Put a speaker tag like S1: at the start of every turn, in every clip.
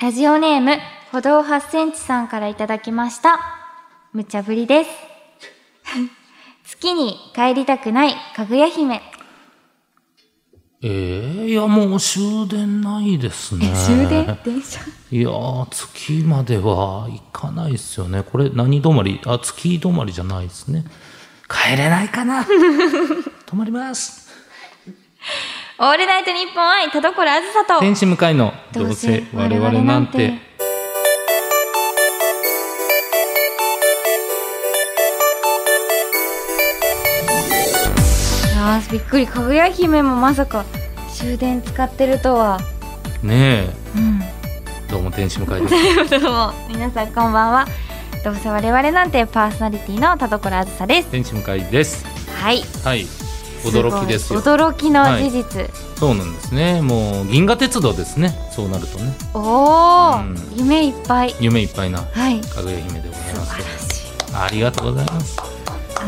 S1: ラジオネーム、歩道8センチさんからいただきました。無茶ぶりです。 月に帰りたくないかぐや姫。
S2: えー、いやもう終電ないですね
S1: 終電電車
S2: いやー月までは行かないですよねこれ何止まりあ月止まりじゃないですね帰れないかな 止まります
S1: オールナイトニッポン愛田所あずさと。
S2: 天使向かいのど
S1: ど
S2: う
S1: う
S2: せ
S1: せ
S2: 我
S1: 我
S2: 々
S1: 々
S2: な
S1: なんん
S2: て
S1: てあーびっくり、かぐや姫もまさか終電使ってるとは。
S2: ね
S1: うん。
S2: えどうも天使向かいです
S1: どうも皆さんこんばんはどうせ我々なんてパーソナリティの田所あずさです
S2: 天使向かいです
S1: はい
S2: はい驚きですよ
S1: ごい驚きの事実、
S2: そうなんですねもう銀河鉄道ですねそうなるとね
S1: おお、
S2: う
S1: 夢いっぱい
S2: 夢いっぱいな
S1: はい素
S2: かぐや姫でございます
S1: 晴らしい
S2: ありがとうございます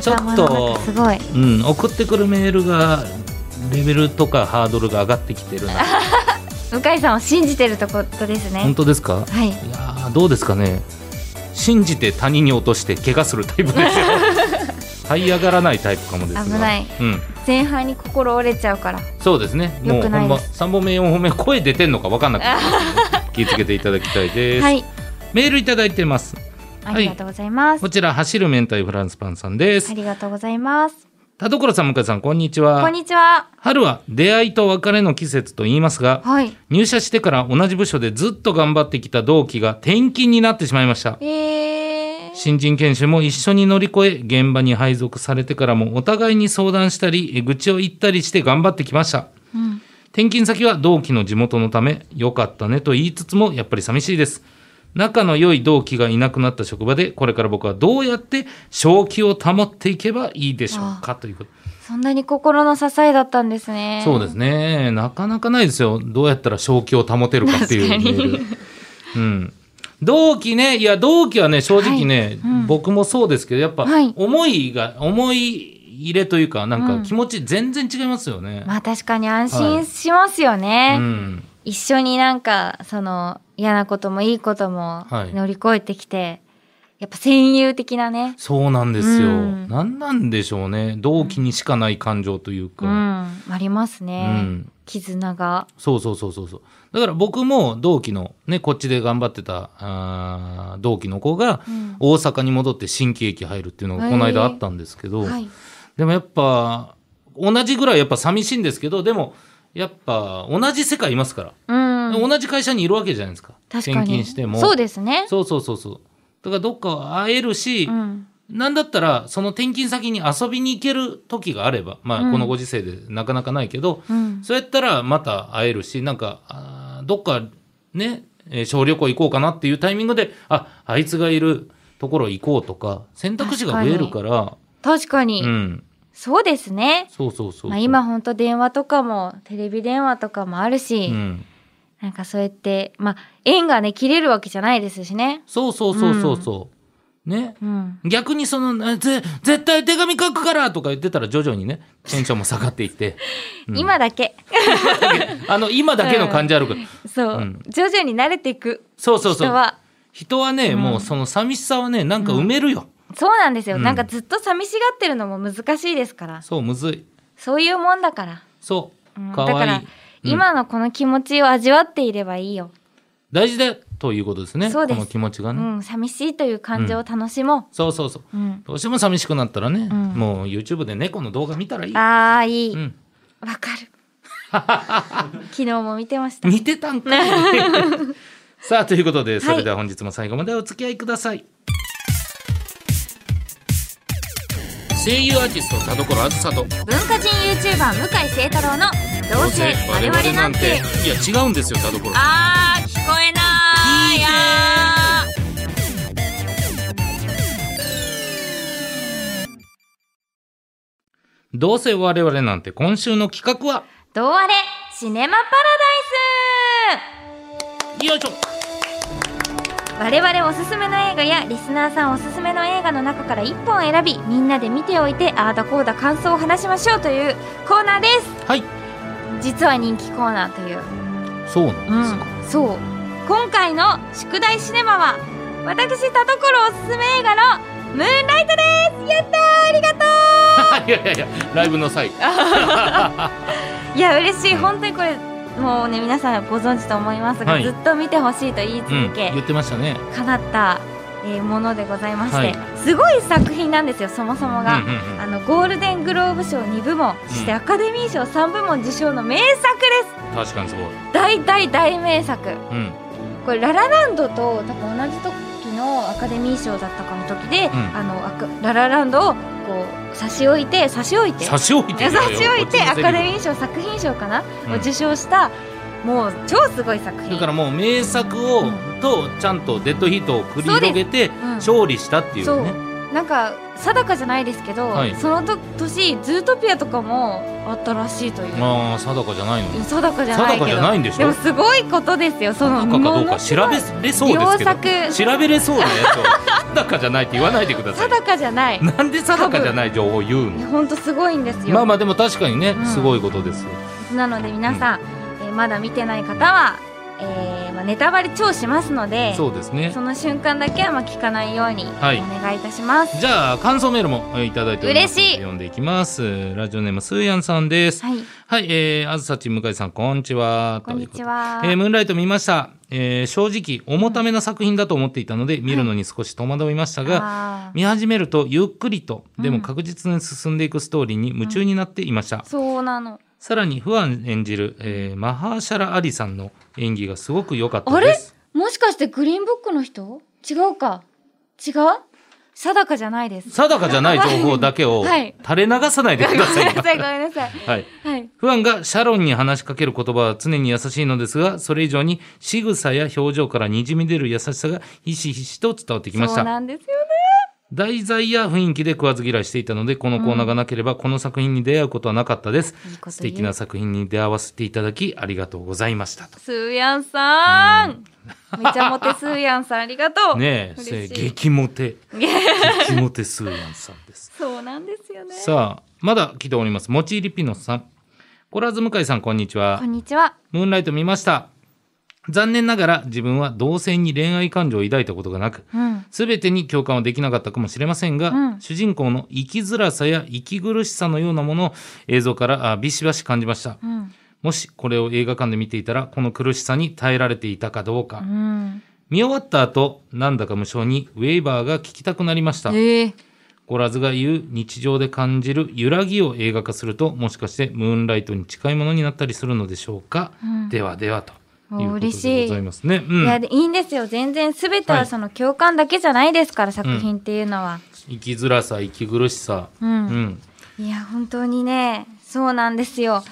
S2: ちょっと
S1: 頭の中すごい
S2: うん、送ってくるメールがレベルとかハードルが上がってきてるな
S1: 向井さんを信じてるとことです
S2: 本
S1: ね
S2: 当ですか
S1: はい
S2: いやーどうですかね信じて他人に落として怪我するタイ プですよ這い上がらないタイプかもですが
S1: 危ない
S2: うん、
S1: 前半に心折れちゃうから
S2: そうですねもう
S1: よ
S2: ほ
S1: く
S2: ん
S1: ない
S2: ま
S1: です
S2: 3本目4本目声出てんのか分かんな くなってますね気をつけていただきたいです、
S1: はい
S2: メールいただいてます
S1: ありがとうございます、
S2: こちら走る明太フランスパンさんです、
S1: ありがとうございます
S2: 田所さん向井さんこんにちは
S1: こんにちは
S2: 春は出会いと別れの季節と言いますが
S1: はい
S2: 入社してから同じ部署でずっと頑張ってきた同期が転勤になってしまいました
S1: えー、
S2: 新人研修も一緒に乗り越え現場に配属されてからもお互いに相談したり愚痴を言ったりして頑張ってきました
S1: うん、
S2: 転勤先は同期の地元のため良かったねと言いつつもやっぱり寂しいです仲の良い同期がいなくなった職場でこれから僕はどうやって正気を保っていけばいいでしょうかということ
S1: そんなに心の支えだったんですね
S2: そうですね。なかなかないですよ。どうやったら正気を保てるかっていうメ
S1: 確かに
S2: ール。うん。同期ね、いや、同期はね、正直ね、
S1: うん
S2: 僕もそうですけど、やっぱ
S1: はい、
S2: 思いが、思い入れというか、なん
S1: う
S2: か
S1: ん
S2: 気持ち全然違いますよね。
S1: まあ確かに安心しますよね、
S2: うん。
S1: 一緒になんかその嫌なこともいいことも
S2: はい
S1: 乗り越えてきて、やっぱ戦友的なね、
S2: そうなんですよ。
S1: うん
S2: なんなんでしょうね。同期にしかない感情という
S1: う
S2: か。
S1: ん、ありますね、
S2: うん
S1: 絆が
S2: そうそうそうそうそう。だから僕も同期の、ね、こっちで頑張ってた、あー同期の子が
S1: うん、
S2: 大阪に戻って新喜劇入るっていうのがこの間あったんですけど、
S1: はい、
S2: でもやっぱ、同じぐらいやっぱ寂しいんですけど、でも、やっぱ同じ世界いますから。
S1: うん
S2: 同じ会社にいるわけじゃないですか。
S1: 確かに
S2: 転勤しても。
S1: そうですね
S2: そうそうそうそう。だからどっか会えるし、
S1: うん
S2: なんだったら、その転勤先に遊びに行ける時があれば、
S1: う
S2: まあ、
S1: ん
S2: このご時世でなかなかないけど、
S1: うん
S2: そうやったらまた会えるし、なんか、あーどっかね、えー小旅行行こうかなっていうタイミングで、あ、あいつがいるところ行こうとか、選択肢が増えるから、
S1: 確かに、
S2: うん。
S1: そうですね
S2: そうそうそうそう。
S1: まあ、今ほんと電話とかもテレビ電話とかもあるし、
S2: うん。
S1: なんかそうやってまあ縁がね切れるわけじゃないですしね
S2: そうそうそうそうそう。ね。
S1: うん
S2: 逆にその、えぜ、絶対手紙書くからとか言ってたら徐々にね、テンションも下がっていって。うん
S1: 今だ け
S2: あの、今だけの感じあるから。
S1: そう、
S2: うん
S1: 徐々に慣れていく
S2: そうそうそ
S1: 人
S2: う。
S1: は
S2: 人はね、
S1: うん
S2: もうその寂しさはね、なんか埋めるよ。
S1: そうなんですよ、
S2: うん
S1: なんかずっと寂しがってるのも難しいですから
S2: そう、むずい。
S1: そういうもんだから、
S2: そうう。
S1: ん
S2: か
S1: だ
S2: わ
S1: から
S2: いい。うん
S1: 今のこの気持ちを味わっていればいいよ、
S2: 大事だということですね。
S1: そうです
S2: この気持ちが
S1: う
S2: ね。
S1: ん、寂しいという感情を楽しも
S2: そうそうそう。
S1: う、うん
S2: どうしても寂しくなったらね、
S1: うん
S2: もう YouTube で猫の動画見たらいい。
S1: あーいい
S2: うん。
S1: わ、かる 昨日も見てました
S2: 見てたんか い。さあ、ということで、それで
S1: は
S2: は本日も最後までお付き合いください。声優アーティスト田所あずさと
S1: 文化人 YouTuber 向井聖太郎の「どうせ我々なんて
S2: いや違うんですよ田所」
S1: あー聞こえないやー
S2: どうせ我々なんて今週の企画は
S1: どうあれシネマパラダイス
S2: よいしょ
S1: 我々おすすめの映画やリスナーさんおすすめの映画の中から1本選びみんなで見ておいてああだこうだ感想を話しましょうというコーナーです
S2: はい
S1: 実は人気コーナーという、
S2: そうなんですか、
S1: そう今回回の宿題シネマは私田所おすすめ映画の「ムーンライト」ですやったーありがと
S2: いやいやいやライブの際
S1: ういや嬉しい本当にこれもうね皆さんご存知と思いますが、
S2: はい
S1: ずっと見てほしいと言い
S2: うん
S1: 続け、
S2: 言ってましたね
S1: かなった、えーものでございまして、
S2: はい
S1: すごい作品なんですよそもそもが、
S2: うんうんうん
S1: あのゴールデングローブ賞2部門そしてアカデミー賞3部門受賞の名作です
S2: 確かにすごい
S1: 大大大名作
S2: うんうん
S1: これ「ララランド」と多分同じ時のアカデミー賞だったかの時で、
S2: ん
S1: あのアカララランドをこう差し置いて差し置いて
S2: 差し置いて
S1: 差し置いてアカデミ
S2: ー
S1: ー賞作品賞かな、
S2: うん
S1: を受賞したもう超すごい作品
S2: だからもう名作をとちゃんとデッドヒートを繰り広げて
S1: すうん
S2: 勝利したってい
S1: そうう
S2: ね
S1: なんか定かじゃないですけど、
S2: はい
S1: そのと年ズートピアとかもあったらしいという、
S2: まあ定かじゃないのに
S1: 定かじゃないけど
S2: 定かじゃないんでしょ
S1: もすごいことですよその
S2: 定かかどう
S1: もの
S2: か
S1: す
S2: 調
S1: ごい
S2: べれそうですけど
S1: 良作
S2: 調べれそうなやつを定かじゃないって言わないでくださ い
S1: 定かじゃない
S2: なんで定かじゃない情報を言うの
S1: 本当すごいんですよ、
S2: まあまあでも確かにね、
S1: うん
S2: すごいことですよ
S1: なので皆さん、えーまだ見てない方は、えーまあ、ネタバレ超しますので
S2: そうですね
S1: その瞬間だけはまあ聞かないようにお
S2: はい
S1: 願いいたします、
S2: じゃあ感想メールもえーいただいておりますので
S1: 嬉しい
S2: 読んでいきますラジオネームすーやんさんです
S1: はい、
S2: はい、えー、あずさちん向井さんこんにちは
S1: こんにちは
S2: えームーンライト見ました、えー正直重ためな作品だと思っていたので見るのに少し戸惑いましたが、
S1: あー
S2: 見始めるとゆっくりとで
S1: う
S2: も
S1: ん
S2: 確実に進んでいくストーリーに夢中になっていました、
S1: そうなの
S2: さらにフアン演じる、えーマハーシャラ・アリさんの演技がすごく良かった
S1: あ
S2: で
S1: れ
S2: す
S1: もしかしてグリーンブックの人違うか違う定かじゃないです。
S2: 定かじゃない情報だけを
S1: はい
S2: 垂れ流さないで
S1: ごめん
S2: くだ
S1: な
S2: さい、
S1: さい、ごめんなさい。
S2: はい
S1: はい。
S2: 不安がシャロンに話しかける言葉は常に優しいのですが、それ以上に仕草や表情からにじみ出る優しさがひしひしと伝わってきまし
S1: そう
S2: た。
S1: なんですよね。
S2: 題材や雰囲気で食わず嫌いしていたので、このコーナーがなければこの作品に出会うことはなかったです。
S1: いいこと言う
S2: 素敵な作品に出会わせていただきありがとうございましたと。
S1: スーヤンさん。めちゃモテスーヤンさん、ありがとう。
S2: ねえ、せ
S1: 嬉しい
S2: 激モテ、激モテスーヤンさんです。
S1: そうなんです よね。
S2: さあ、まだ来ております。もちりぴのさん。コラーズ向井さん、こんにちは
S1: こ。んにちは。
S2: ムーンライト見ました。残念ながら自分は同性に恋愛感情を抱いたことがなく、
S1: うん。
S2: 全てに共感はできなかったかもしれませんが、
S1: うん
S2: 主人公の生きづらさや息苦しさのようなものを映像からあビシバシ感じました。
S1: うん。
S2: もしこれを映画館で見ていたら、この苦しさに耐えられていたかどうか。
S1: うん。
S2: 見終わった後、なんだか無性にウェイバーが聞きたくなりました。
S1: ええ
S2: ゴラズが言う日常で感じる揺らぎを映画化すると、もしかしてムーンライトに近いものになったりするのでしょうか。
S1: うん
S2: ではではと
S1: お
S2: いうことでご
S1: 嬉しい
S2: ざいますね。う
S1: いや
S2: ん、
S1: でいいんですよ全然すべて
S2: は
S1: はいその共感だけじゃないですから、作品っていうのは、
S2: 生きづらさ、息苦しさ。
S1: うん
S2: うん。
S1: いや本当にねそうなんですよ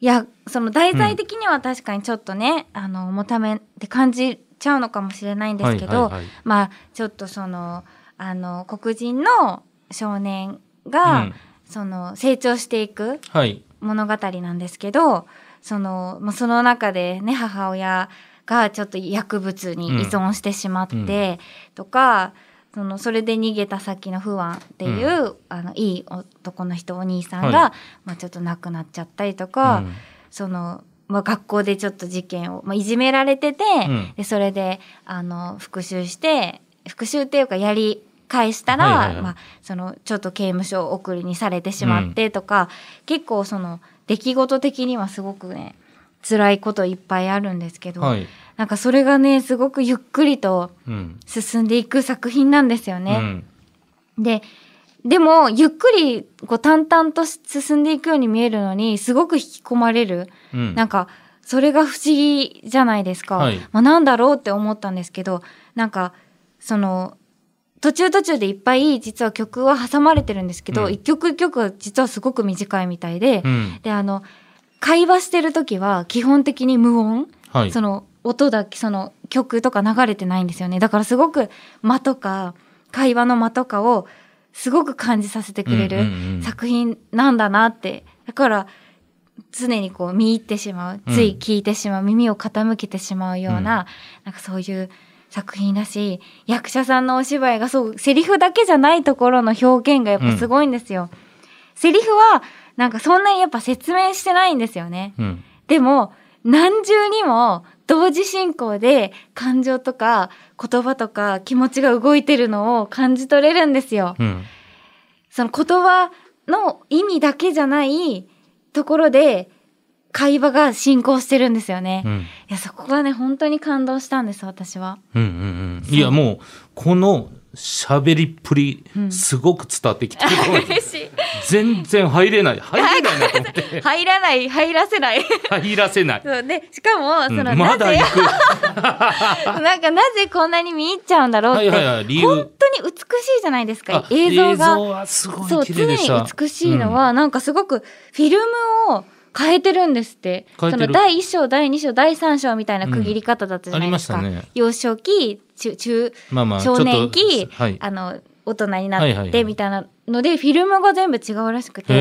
S1: いやその題材的には確かにちょっとね、あの重ためって感じちゃうのかもしれないんですけど、
S2: はいはいはい
S1: まあちょっとそのあの黒人の少年が、
S2: うん
S1: その成長していく
S2: はい。
S1: 物語なんですけどその,、まあ、その中でね母親がちょっと薬物に依存してしまっ
S2: うんう
S1: てとか、そのそれで逃げた先の不安っていう、あのいい男の人お兄さんが、
S2: は
S1: まあ、ちょっと亡くなっちゃったりとか、
S2: うん
S1: そのまあ、学校でちょっと事件を、まあ、いじめられてて、
S2: うん
S1: でそれであの復讐して復讐っていうかやり返したら、
S2: はいはいはい
S1: まあ、そのちょっと刑務所送りにされてしまってとか、結構その出来事的にはすごくね辛いこといっぱいあるんですけど、
S2: はい。
S1: なんかそれがねすごくゆっくりと
S2: うん。
S1: 進んでいく作品なんですよ
S2: う
S1: ね。
S2: ん
S1: ででもゆっくりこう淡々と進んでいくように見えるのにすごく引き込まれる。
S2: うん。
S1: なんか、それが不思議じゃないですか。
S2: はい
S1: まあ、なんだろうって思ったんですけど、なんか、その、途中途中でいっぱい実は曲は挟まれてるんですけ
S2: う
S1: ど、
S2: ん
S1: 一、曲一曲は実はすごく短いみたいで、
S2: うん。
S1: で、あの、会話してる時は基本的に無音、
S2: はい。
S1: その音だけ、その曲とか流れてないんですよね。だからすごく間とか、会話の間とかをすごく感じさせてくれる。
S2: うんうんうん
S1: 作品なんだなってだから常にこう見入ってしまう
S2: うん
S1: つい聞いてしまう、耳を傾けてしまうような,、なんかそういう作品だし役者さんのお芝居がそうセリフだけじゃないところの表現がやっぱすごいんですよ。セリフはなんかそんなにやっぱ説明してないんですよね。
S2: うん。
S1: でも何重にも同時進行で感情とか言葉とか気持ちが動いてるのを感じ取れるんですよ。
S2: うん
S1: その言葉の意味だけじゃないところで会話が進行してるんですよね。
S2: う
S1: い
S2: ん
S1: や、そこがね、本当に感動したんです、私は。
S2: うんうんうんいやもうこの喋りっぷりすごく伝わってきて、
S1: 嬉し
S2: 全然入れない入れないなと思って
S1: い。入らない、入らせない。
S2: 入らせない、
S1: そうね、しかも、その、
S2: うんま
S1: な
S2: だ
S1: ぜ
S2: 行、く
S1: なんかなぜこんなに見入っちゃうんだろうっ
S2: は
S1: て、
S2: いはいはい理
S1: 本
S2: 由
S1: 当に美しいじゃないですか
S2: あ、
S1: 映像が。
S2: 映像はすご
S1: そう
S2: い綺
S1: 常
S2: 麗
S1: に
S2: でした
S1: 美しいのは、なんかすごくフィルムを変えてるんですって
S2: 変えてる
S1: その第1章第2章第3章みたいな区切り方だったじゃないですか、
S2: うんありましたね
S1: 幼少期中中
S2: うんまあまあちょっ
S1: 少
S2: と
S1: 年期、
S2: はい
S1: あの大人に
S2: はいは
S1: ないっ
S2: は
S1: て
S2: い
S1: みたいなのでフィルムが全部違うらしくて
S2: へ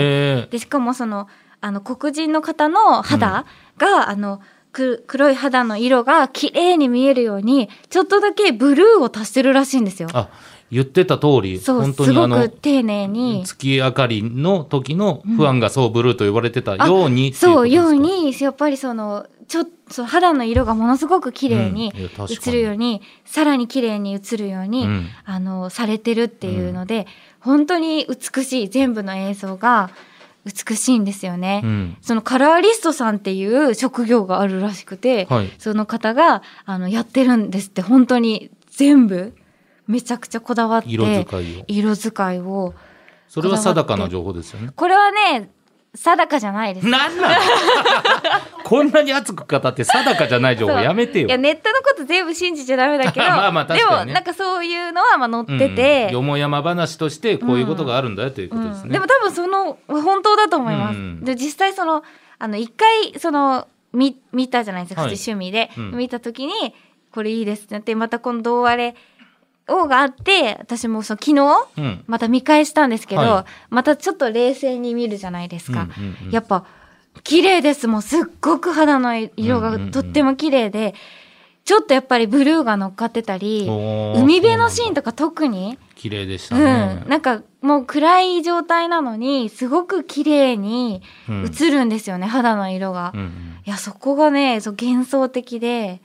S2: え
S1: でしかもそのあの黒人の方の肌が、あのく黒い肌の色が綺麗に見えるようにちょっとだけブルーを足してるらしいんですよ。
S2: あ言ってた通り
S1: そう
S2: 本当
S1: す
S2: にあ
S1: ご
S2: の
S1: く丁寧に
S2: 月明かりの時の不安がそうブルーと呼ばれてたように、ってい
S1: そうよう
S2: ことです
S1: にやっぱりそのちょっとその肌の色がものすごく綺麗に
S2: うんいや確か
S1: 映
S2: に
S1: るように,、さらに綺麗に映るように、
S2: うん
S1: あのされてるっていうので、本当に美しい全部の映像が美しいんですよね。
S2: かうん
S1: そのカラーリストさんっていう職業があるらしくて、
S2: はい
S1: その方があのやってるんですって本当に全部めちゃくちゃこだわって
S2: 色使いを
S1: 色使いを
S2: それは定かな情報ですよね
S1: これはね定かじゃないです
S2: なんなの こんなに熱く語って定かじゃない情報やめてよ
S1: いやネットのこと全部信じちゃダメだけど
S2: まあまあ確か
S1: で
S2: にね
S1: もなんかそういうのはまあ
S2: う
S1: 載
S2: ん
S1: っ
S2: うん
S1: てて、うん
S2: よもやま話としてこういうことがあるんだよということですね、
S1: でも多分その本当だと思います。
S2: うん
S1: で実際そのあの一回その見見たじゃないですか、
S2: はい
S1: 普通趣味で、
S2: うん
S1: 見た時にこれいいですってなってまた今度あれをがあって私もその昨日
S2: うん
S1: また見返したんですけど、
S2: は
S1: またちょっと冷静に見るじゃないですか。
S2: うんうんうん
S1: やっぱ綺麗ですもんすっごく肌の色
S2: う
S1: が
S2: んうんうん
S1: とっても綺麗で、ちょっとやっぱりブルーが乗っかってたり
S2: おー
S1: 海辺のシーンとか特に
S2: 綺麗でし
S1: う
S2: た
S1: ん、
S2: ね、
S1: なんかもう暗い状態なのにすごく綺麗に
S2: うん
S1: 映るんですよね、肌の色が、
S2: うん
S1: い
S2: うん
S1: やそこがねそう幻想的で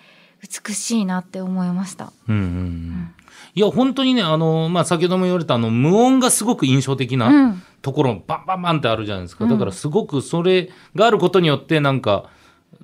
S1: 美しいなって思いました
S2: うんうんうんいや本当にねあの、まあ、先ほども言われたあの無音がすごく印象的
S1: う
S2: なんところ、バンバンバンってあるじゃないですか、
S1: うん
S2: だからすごくそれがあることによってなんか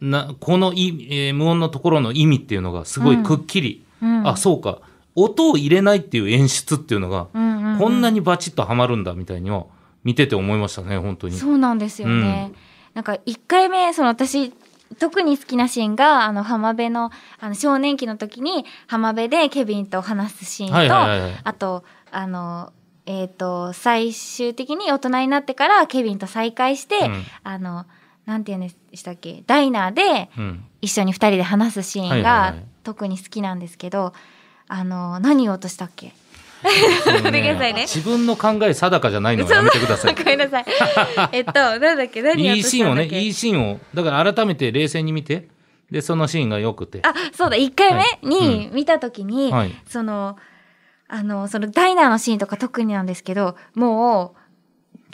S2: なこのい、えー無音のところの意味っていうのがすごいくっきり、
S1: うん
S2: あそうか音を入れないっていう演出っていうのが、
S1: うんうんうん
S2: こんなにバチッとはまるんだみたいには見てて思いましたね本当に。
S1: そうなんですよね。なんか一回目、その私、特に好きなシーンが、あの、浜辺の、あの、少年期の時に、浜辺でケビンと話すシーンと、
S2: はいはいはいはい
S1: あと、あの、えっ、と、最終的に大人になってからケビンと再会して、
S2: うん
S1: あの、なんて言うんでしたっけ、ダイナーで
S2: うん
S1: 一緒に二人で話すシーン
S2: はいはい
S1: が
S2: はい
S1: 特に好きなんですけど、あの、何言おうとしたっけ
S2: そう
S1: ごめんなさ いね
S2: 自分の考え定かじゃないのはやめてくだ さい。
S1: ごめんなさい。えっと、なんだっけ、何言お
S2: いうい
S1: と
S2: シ
S1: し
S2: ーン
S1: た
S2: を
S1: んだ
S2: ね
S1: っけ
S2: いいシーンをだから改めて冷静に見てでそのシーンがよくて
S1: あ、そうだ、1回目
S2: はい
S1: に見たときに、
S2: はい
S1: その、あの、そのダイナーのシーンとか特になんですけど、も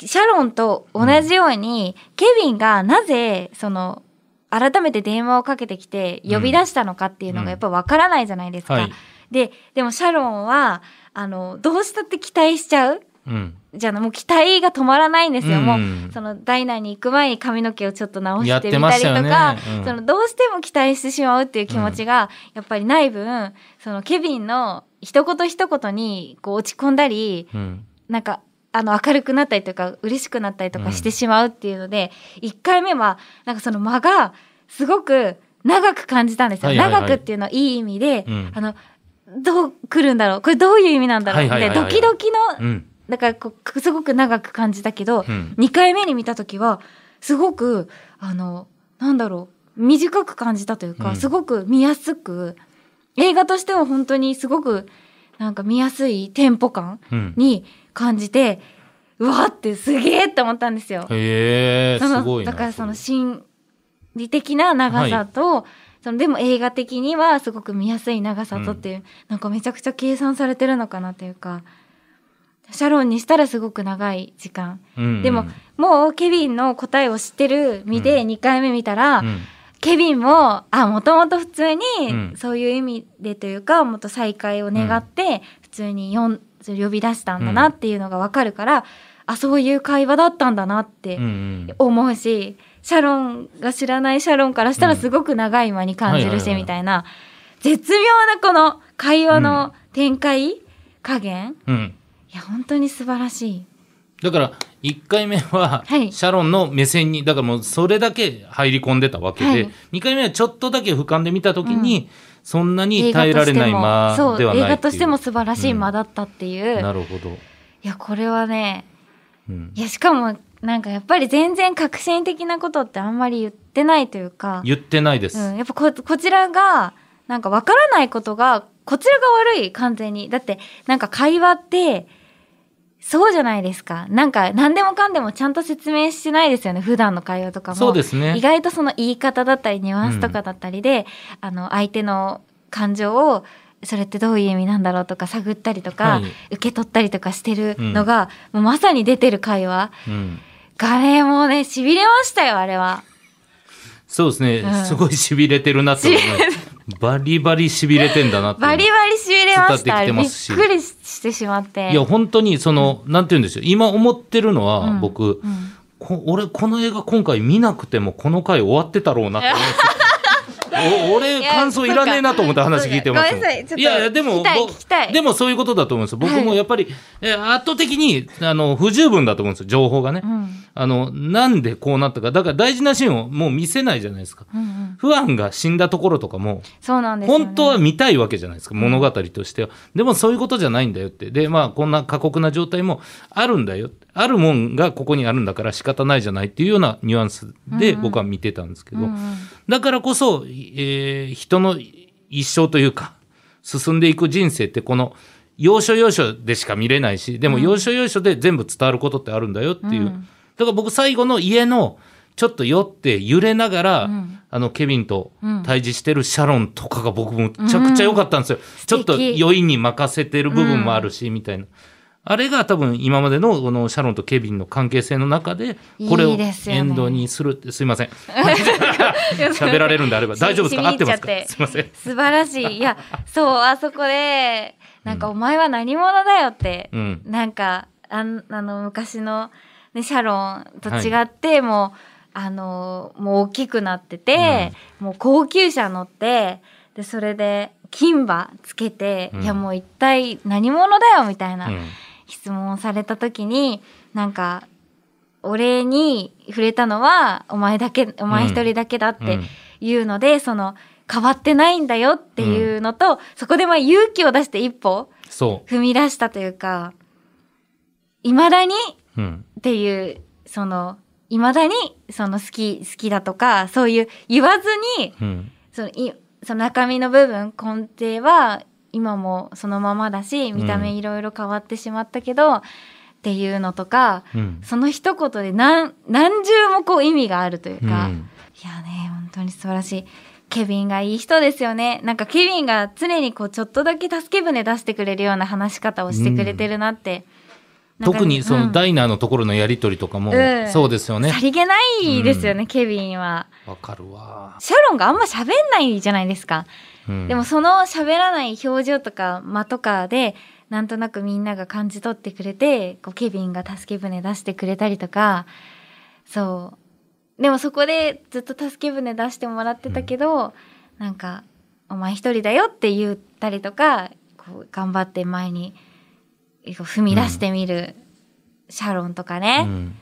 S1: う、シャロンと同じように、ケビンがなぜ、その、改めて電話をかけてきて呼び出したのかっていうの
S2: うん
S1: がやっぱわからないじゃないですか。
S2: はい
S1: で、でもシャロンは、あの、どうしたって期待しちゃう
S2: うん、
S1: じゃあもう期待が止まらないんですよ、
S2: うん
S1: もうそのダイナーに行く前に髪の毛をちょっと直
S2: やっ
S1: して
S2: て
S1: み
S2: ま
S1: たり
S2: した
S1: と
S2: よね
S1: か、
S2: うん
S1: そのどうしても期待してしまうっていう気持ちがやっぱりない分、そのケビンの一言一言にこう落ち込んだり
S2: うん、
S1: なんかあの明るくなったりとか嬉しくなったりとかしてしまうっていうので、一1回目はなんかその間がすごく長く感じたんですよ、
S2: はいはいはい
S1: 長くっていうのはいい意味で、
S2: うん
S1: あのどう来るんだろうこれどういう意味なんだろうみたいな、
S2: はいはいはいはい
S1: ドキドキの
S2: うん、
S1: だからこうすごく長く感じたけど、
S2: うん
S1: 2回目に見た時はすごくあのなんだろう短く感じたというか、
S2: うん
S1: すごく見やすく映画としては本当にすごくなんか見やすいテンポ感
S2: うん
S1: に感じて、うわーってすげえって思ったんですよ。
S2: へえ
S1: そ
S2: す
S1: の
S2: ごいな
S1: だからその心理的な長さと、そのでも映画的にはすごく見やすい長さとっていう、なんかめちゃくちゃ計算されてるのかなというかシャロンにしたらすごく長い時間、
S2: うんうん
S1: でももうケビンの答えを知ってる身で2回目見たら、
S2: うん
S1: ケビンもあもともと普通に
S2: うん
S1: そういう意味でというかもっと再会を願って普通に呼ん呼び出したんだなっていうのが分かるから、あそういう会話だったんだなって
S2: うんうん
S1: 思うし、シャロンが知らないシャロンからしたらすごく長い間に感じる
S2: うんはいはい
S1: し
S2: はい
S1: みたいな絶妙なこの会話の展開、加減
S2: うん
S1: いや本当に素晴らしい。
S2: だから1回目はシ
S1: はい
S2: ャロンの目線にだからもうそれだけ入り込んでたわけで、
S1: はい
S2: 2回目はちょっとだけ俯瞰で見た時に、そんなに耐えられない間
S1: そう
S2: ではないっていう
S1: 映画としても素晴らしい間だったっていう、
S2: ないるほど、
S1: やこれはね
S2: うん
S1: いやしかもなんかやっぱり全然革新的なことってあんまり言ってないというか、
S2: 言ってないです、
S1: うん、やっぱここちらがなんかわからないことがこちらが悪い完全にだってなんか会話ってそうじゃないですかなんか何でもかんでもちゃんと説明しないですよね普段の会話とかも
S2: そうですね
S1: 意外とその言い方だったりニュアンスとかだったりで、あの相手の感情をそれってどういう意味なんだろうとか探ったりとか、
S2: はい
S1: 受け取ったりとかしてるのが、もうまさに出てる会話
S2: うん
S1: がねもうねしびれましたよあれは。
S2: そうですね、
S1: うん
S2: すごいしびれてるなと思いますバリバリしびれてんだなっていう
S1: バリバリしびれまし
S2: 伝わったてきて
S1: び
S2: ま
S1: っ
S2: すし
S1: くりしてしまって
S2: いや本当にその、なんて言うんでしょう今思ってるのは、
S1: うん
S2: 僕、
S1: うん
S2: こ俺この映画今回見なくてもこの回終わってたろうなって思うん ですよお俺
S1: いや
S2: 感想いらねえなと思って話聞いてます
S1: そうかごめんなさいちょっと
S2: いやいやで
S1: 聞き
S2: も
S1: たい
S2: ぼ
S1: 聞きたい
S2: でもそういうことだと思うんですよ僕もやっぱり、え圧倒的にあの不十分だと思うんですよ情報がね、
S1: うん
S2: あのなんでこうなったかだから大事なシーンをもう見せないじゃないですか
S1: うんうん
S2: 不安が死んだところとかも
S1: そうなんですよね
S2: 本当は見たいわけじゃないですか物語としてはでもそういうことじゃないんだよってでまあこんな過酷な状態もあるんだよあるもんがここにあるんだから仕方ないじゃないっていうようなニュアンスで僕は見てたんですけど、
S1: うんうん
S2: だからこそ、えー人の一生というか進んでいく人生ってこの要所要所でしか見れないしでも要所要所で全部伝わることってあるんだよっていう、
S1: うん
S2: だから僕最後の家のちょっと酔って揺れながら、
S1: ん
S2: あのケビンと
S1: うん
S2: 対峙してるシャロンとかが僕むちゃくちゃ良かったんですよ、ちょっと酔いに任せてる部分もあるし、みたいなあれが多分今までのこのシャロンとケビンの関係性の中でこれ
S1: い
S2: を
S1: いですよね
S2: エンドにするってすいません 喋られるんであれば大丈夫ですか合
S1: 染
S2: っ
S1: み入
S2: て
S1: っち
S2: ま
S1: ゃ
S2: す
S1: っ
S2: か
S1: て
S2: すいません
S1: 素晴らしいいやそうあそこでなんかお前は何者だよって、
S2: うん
S1: なんかあんあの昔の、ね、シャロンと違って、もうあのもう大きくなってて、もう高級車乗ってでそれで金馬つけて、
S2: うん
S1: いやもう一体何者だよみたいな、
S2: うん
S1: 質問をされた時になんか俺に触れたのはお前だけお前一人だけだっ
S2: う
S1: て
S2: ん
S1: いうので、その変わってないんだよっていうのと、そこでまあ勇気を出して一歩
S2: そ
S1: 踏み出したというかいまだにっ
S2: う、うん、
S1: ていうそのいまだにその好き好きだとかそういう言わずに
S2: うん、
S1: そのいその中身の部分根底は今もそのままだし見た目いろいろ変わってしまったけど、っていうのとか
S2: うん、
S1: その一言で何何重もこう意味があるというか、
S2: うん
S1: いやね本当に素晴らしいケビンがいい人ですよねなんかケビンが常にこうちょっとだけ助け舟出してくれるような話し方をしてくれてるなって、なんか
S2: 特にその
S1: うん
S2: ダイナーのところのやり取りとかも、
S1: うん
S2: そうですよね
S1: さりげないですよね、ケビンは。
S2: わかるわ、
S1: シャロンがあんま喋んないじゃないですか。
S2: うん
S1: でもその喋らない表情とか間とかでなんとなくみんなが感じ取ってくれてこうケビンが助け舟出してくれたりとかそうでもそこでずっと助け舟出してもらってたけど、なんか「お前一人だよ」って言ったりとかこう頑張って前にこう踏み出してみる、シャロンとかね、
S2: うん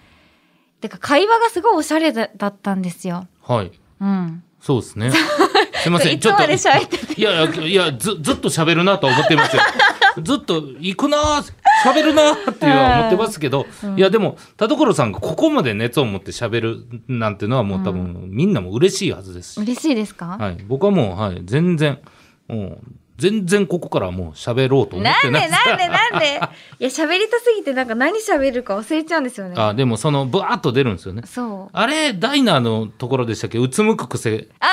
S1: てか会話がすごいおしゃれだだったんですよ。
S2: はい
S1: うん、
S2: そうですね。すみません、
S1: いつまで
S2: ちょっ
S1: 喋っ
S2: といやいやいやずずっと喋るなとは思っ てますよ。ずっと行くなー喋るなーっていうのは思ってますけど、いやでも田所さんがここまで熱を持って喋るなんてのはもう多分、みんなも嬉しいはずですし、
S1: 嬉しいですか、
S2: はい僕はもうはい全然もう全然ここからはもう喋ろうと思っ
S1: なん
S2: て
S1: で
S2: ない
S1: なんでなんで いや喋りたすぎてなんか何喋るか忘れちゃうんですよね
S2: あでもそのブワーッと出るんですよね。
S1: そう
S2: あれダイナーのところでしたっけうつむく癖
S1: あ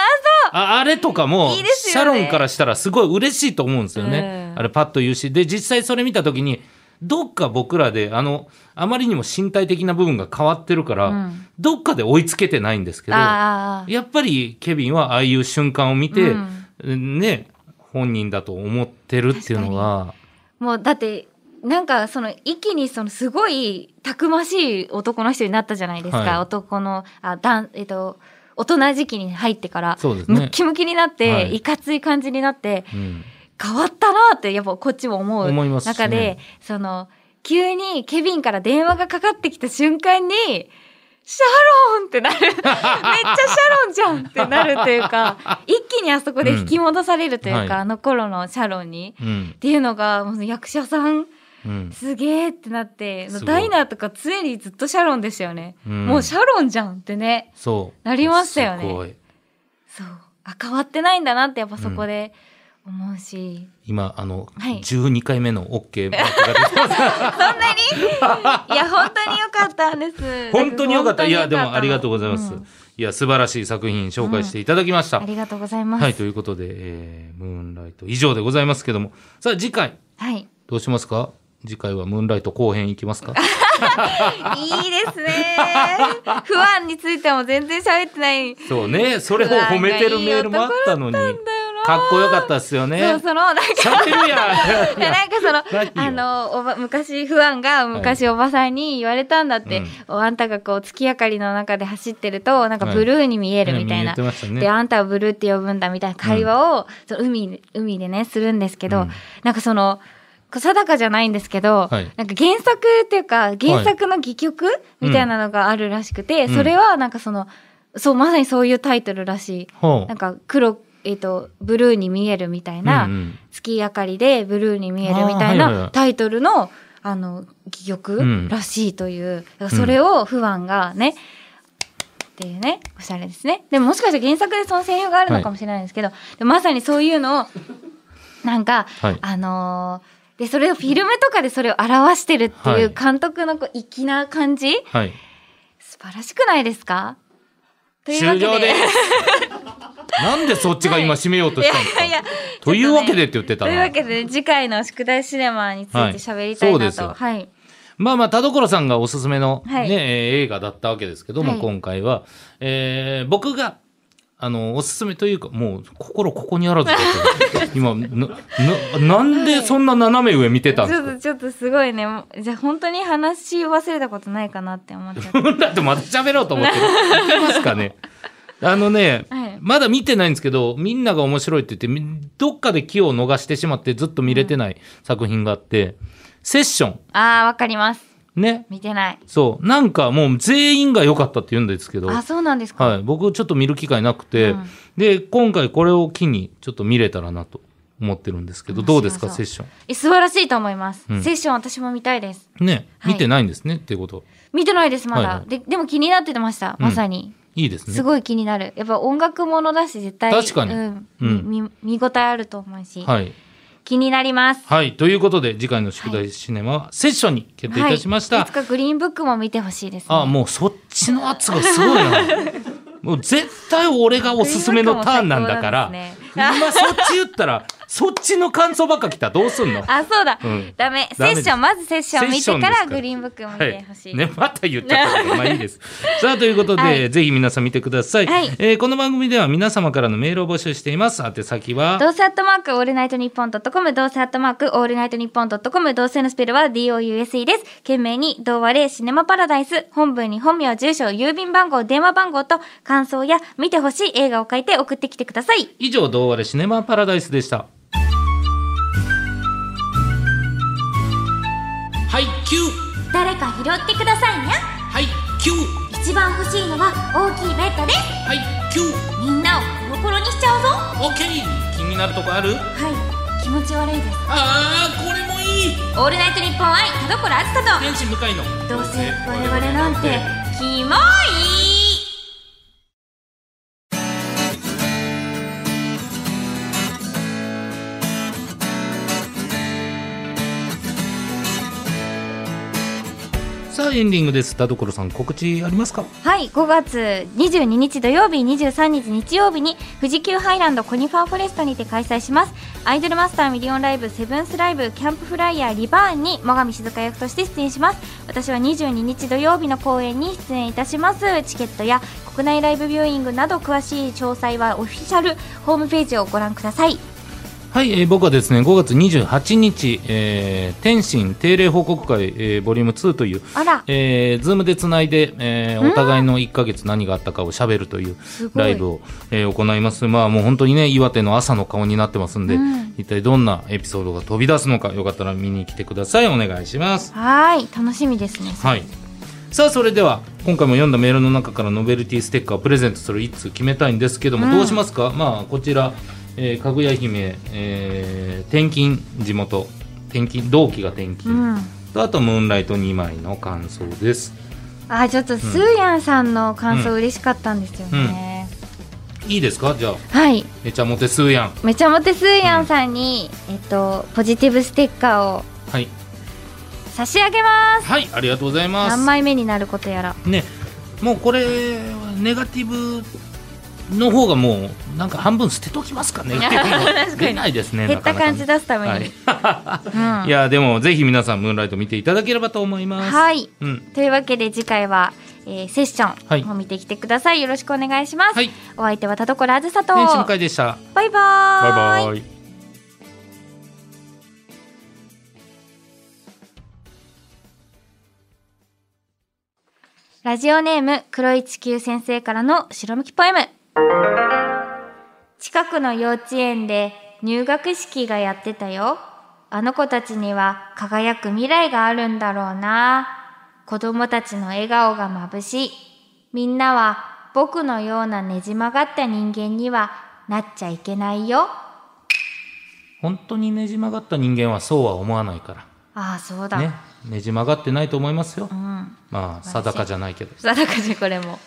S2: ああれとかも
S1: いいです
S2: シ
S1: よ
S2: ャ
S1: ね
S2: ロンからしたらすごい嬉しいと思うんですよね、
S1: うん
S2: あれパッと言うしで実際それ見た時にどっか僕らであのあまりにも身体的な部分が変わってるから、
S1: うん
S2: どっかで追いつけてないんですけどや
S1: ああ
S2: っぱりケビンはああいう瞬間を見て、ね本人だと思ってるっていうのが
S1: もうだってなんかその一気にそのすごいたくましい男の人になったじゃないですか、
S2: はい
S1: 男のあだん、えっと、大人時期に入ってから、
S2: そうですね
S1: ムッキムキになって、、
S2: はいい
S1: かつい感じになって
S2: うん
S1: 変わったなってやっぱこっちも思
S2: 思いま
S1: う
S2: すしね
S1: 中で、その急にケビンから電話がかかってきた瞬間にシャロンって なるめっちゃシャロンじゃんってなるという か一気にあそこで引き戻されるというか、
S2: うんはい
S1: あの頃のシャロンに。
S2: うん
S1: っていうのがもう役者さん
S2: うん
S1: すげーってなって
S2: すごい
S1: ダイナーとか常にずっとシャロンですよね、
S2: うん
S1: もうシャロンじゃんってね
S2: そう
S1: なりましたよね
S2: すごい
S1: そうあ変わってないんだなってやっぱそこで思うし、
S2: 今あの、
S1: はい
S2: 12回目の OK マークが出てま
S1: そ
S2: す
S1: んなにいや本当に良かったんです
S2: 本当によかった。いや、でもありがとうございます。
S1: ん
S2: いや、素晴らしい作品紹介していただきました。
S1: ありがとうございます
S2: は、
S1: はいい、
S2: ということで、えー、ムーンライト以上でございますけども。さあ、次回、
S1: い、
S2: どうしますか次回はムーンライト後編いきますか
S1: いですね不安についても全然喋ってない
S2: そうね、それを褒めてるメールもあったのに、かっこよかったですよ
S1: そう
S2: ね。
S1: そのなんか
S2: 喋る
S1: いや
S2: やん
S1: なんかそ
S2: 何よ
S1: の、あの、おば、昔、不安が昔おばさんに言われたんだって、おあんたがこう、月明かりの中で走ってると、なんかブルーに見えるみたいな。
S2: うん言ってましたね
S1: で、あんたはブルーって呼ぶんだみたいな会話を、その海に、海でね、するんですけど、
S2: うん
S1: なんかその、こう定かじゃないんですけど、
S2: はい
S1: なんか原作っていうか、原作の戯曲、みたいなのがあるらしくて、
S2: うん
S1: それはなんかその、そう、まさにそういうタイトルらしい。
S2: ほ。
S1: なんか黒、えっ、と、ブルーに見えるみたいうな、
S2: うんうん
S1: 月明かりでブルーに見えるみたい
S2: あーはいはいは
S1: ないタイトルの、あの、戯
S2: う
S1: 曲
S2: ん
S1: らしいという、だからそれを不安がね、っていうね、おしゃれですね。でももしかしたら原作でその声優があるのかもしれないんですけど、でまさにそういうのを、なんか、
S2: はい
S1: あのーで、それをフィルムとかでそれを表してるっていう
S2: はい
S1: 監督のこう粋な感じ、
S2: はい。
S1: 素晴らしくないですかというわ
S2: 終
S1: け
S2: 了
S1: で
S2: で。す。なんでそっちが今締めようとしたんですか
S1: いやいや
S2: というわけでって言って た
S1: とい
S2: な
S1: うわけで次回の宿題シネマについて喋りた
S2: はい
S1: い
S2: そ
S1: う
S2: で
S1: な
S2: すよ
S1: と。はい。
S2: まあまあ、田所さんがおすすめの、ね
S1: はい
S2: えー映画だったわけですけども、
S1: はい
S2: 今回は、えー僕が、あの、おすすめというか、もう、心ここにあらずだけど今、な、な、なんでそんな斜め上見てたん
S1: ち
S2: です
S1: ょっとちょっとすごいね。もうじゃあ本当に話し忘れたことないかなって思っちゃった。
S2: か、だってまた喋ろうと思ってる。いけますかね。あのね、
S1: はい
S2: まだ見てないんですけど、みんなが面白いって言ってみ、どっかで気を逃してしまってずっと見れてない作品があって、セッション、
S1: ああわかります。
S2: ね。
S1: 見てない。
S2: そう。なんかもう全員が良かったって言うんですけど。
S1: あそうなんですか。
S2: はい、僕ちょっと見る機会なくて、
S1: うん
S2: で今回これを機にちょっと見れたらなと思ってるんですけど
S1: 面
S2: ど
S1: 白
S2: うですか
S1: そう
S2: セッショ
S1: え素晴らしいと思います。
S2: うん
S1: セッション私も見たいです。
S2: ンね、
S1: はい
S2: 見てないんですねっていうこと
S1: 見てないですまだ。
S2: はいはい
S1: ででも気になってました。
S2: うん
S1: まさに。
S2: いいですね
S1: すごい気になる。やっぱ音楽ものだし絶対
S2: 確かに
S1: うん
S2: うん
S1: み見見応えあると思うし、
S2: はい、
S1: 気になります。
S2: はい、ということで次回の宿題シネマはセッションに決定いたしました、
S1: はい、いつかグリーンブックも見てほしいです、ね。
S2: あもうそっちの圧がす ごいなもう絶対俺がおすすめのターンなんだから、
S1: グリーンブックも最高なんですね
S2: 今そっち言ったらそっちの感想ばっか来たらどうすんの
S1: あ、そうだ。
S2: うん
S1: ダメ。セ
S2: ダメ
S1: ッ
S2: です
S1: ション、まずセッション見
S2: セッシ
S1: て
S2: ョン
S1: か
S2: ですからら
S1: グリーンブックを見
S2: は
S1: てほしい。
S2: ね、また言っちゃっ たけど、まあいいです。さあ、ということで、
S1: はい
S2: ぜひ皆さん見てください。
S1: はい
S2: えーこの番組では皆様からのメールを募集しています。宛先は、
S1: どうせアットマークオールナイトニッポンドットコム、どうせアットマークオールナイトニッポンドットコム、どうせのスペルは DOUSE です。懸命に、同和レシネマパラダイス、本文に本名、住所、郵便番号、電話番号と、感想や見てほしい映画を書いて送ってきてください。
S2: 以上、同割れシネマパラダイスでした。はい、キュー
S1: 誰か拾ってくださいね。
S2: はい、キュー
S1: 一番欲しいのは大きいベッドです。
S2: はい、キュー
S1: みんなをコロコロにしちゃうぞ。
S2: オッケー気になるとこある
S1: はい、気持ち悪いです。
S2: あー、これもいい
S1: オールナイトニッポン愛、田所あずさと。
S2: 天使向かいの。
S1: どうせ我々なんてキモい
S2: ささあエンディングです田所さん告知ありますか
S1: はい、5月22日土曜日、23日日曜日に富士急ハイランドコニファーフォレストにて開催します。アイドルマスターミリオンライブ、セブンスライブ、キャンプフライヤー、リバーンに最上静香役として出演します。私は22日土曜日の公演に出演いたします。チケットや国内ライブビューイングなど詳しい詳細はオフィシャルホームページをご覧ください。
S2: はい、えー僕はですね5月28日、えー天津定例報告会、えーボリューム2という
S1: あら、
S2: えー、ズームでつないで、えーお互いの1か月何があったかをしゃべるという
S1: すごい
S2: ライブを、えー行います、まあ、もう本当にね岩手の朝の顔になってますんで、
S1: うん
S2: 一体どんなエピソードが飛び出すのかよかったら見に来てくださいお願いします。
S1: はーい、楽しみですね。
S2: はいさあそれでは今回も読んだメールの中からノベルティステッカーをプレゼントする1通決めたいんですけども、
S1: うん
S2: どうしますか、まあ、こちら、えーかぐや姫、えー転勤地元転勤同期が転
S1: う
S2: 勤、
S1: ん。
S2: とあとムーンライト2枚の感想です。
S1: あ、ちょっとスーヤンさんの感想嬉しかったんですよね。
S2: いいですかじゃあ
S1: はい。
S2: めちゃモテスーヤン
S1: めちゃモテスーヤンさんに、えっと、ポジティブステッカーを
S2: はい
S1: 差し上げます
S2: はいありがとうございます
S1: 何枚目になることやら
S2: ねもうこれネガティブの方がもうなんか半分捨てときますか ね
S1: 確かに
S2: 出ないですね
S1: 減った感じ
S2: だ
S1: 出すために
S2: はい、
S1: うん
S2: いやでもぜひ皆さんムーンライト見ていただければと思いますい、
S1: はい
S2: うん、
S1: というわけで次回は、えーセッシ
S2: は
S1: ョ
S2: い
S1: ンを見てきてください、よろしくお願いします、
S2: はい
S1: お相手は田所あずさと
S2: 年始の会でした
S1: バイバー
S2: バイバイ
S1: ラジオネーム黒い地球先生からの白むきポエム近くの幼稚園で入学式がやってたよあの子たちには輝く未来があるんだろうな子供たちの笑顔がまぶしいみんなは僕のようなねじ曲がった人間にはなっちゃいけないよ
S2: 本当にねじ曲がった人間はそうは思わないか
S1: ああそうだ、
S2: らねねじ曲がってないと思いますよ、
S1: うん
S2: まあ
S1: 素晴らしい
S2: 定かじゃないけど
S1: 定かじゃこれも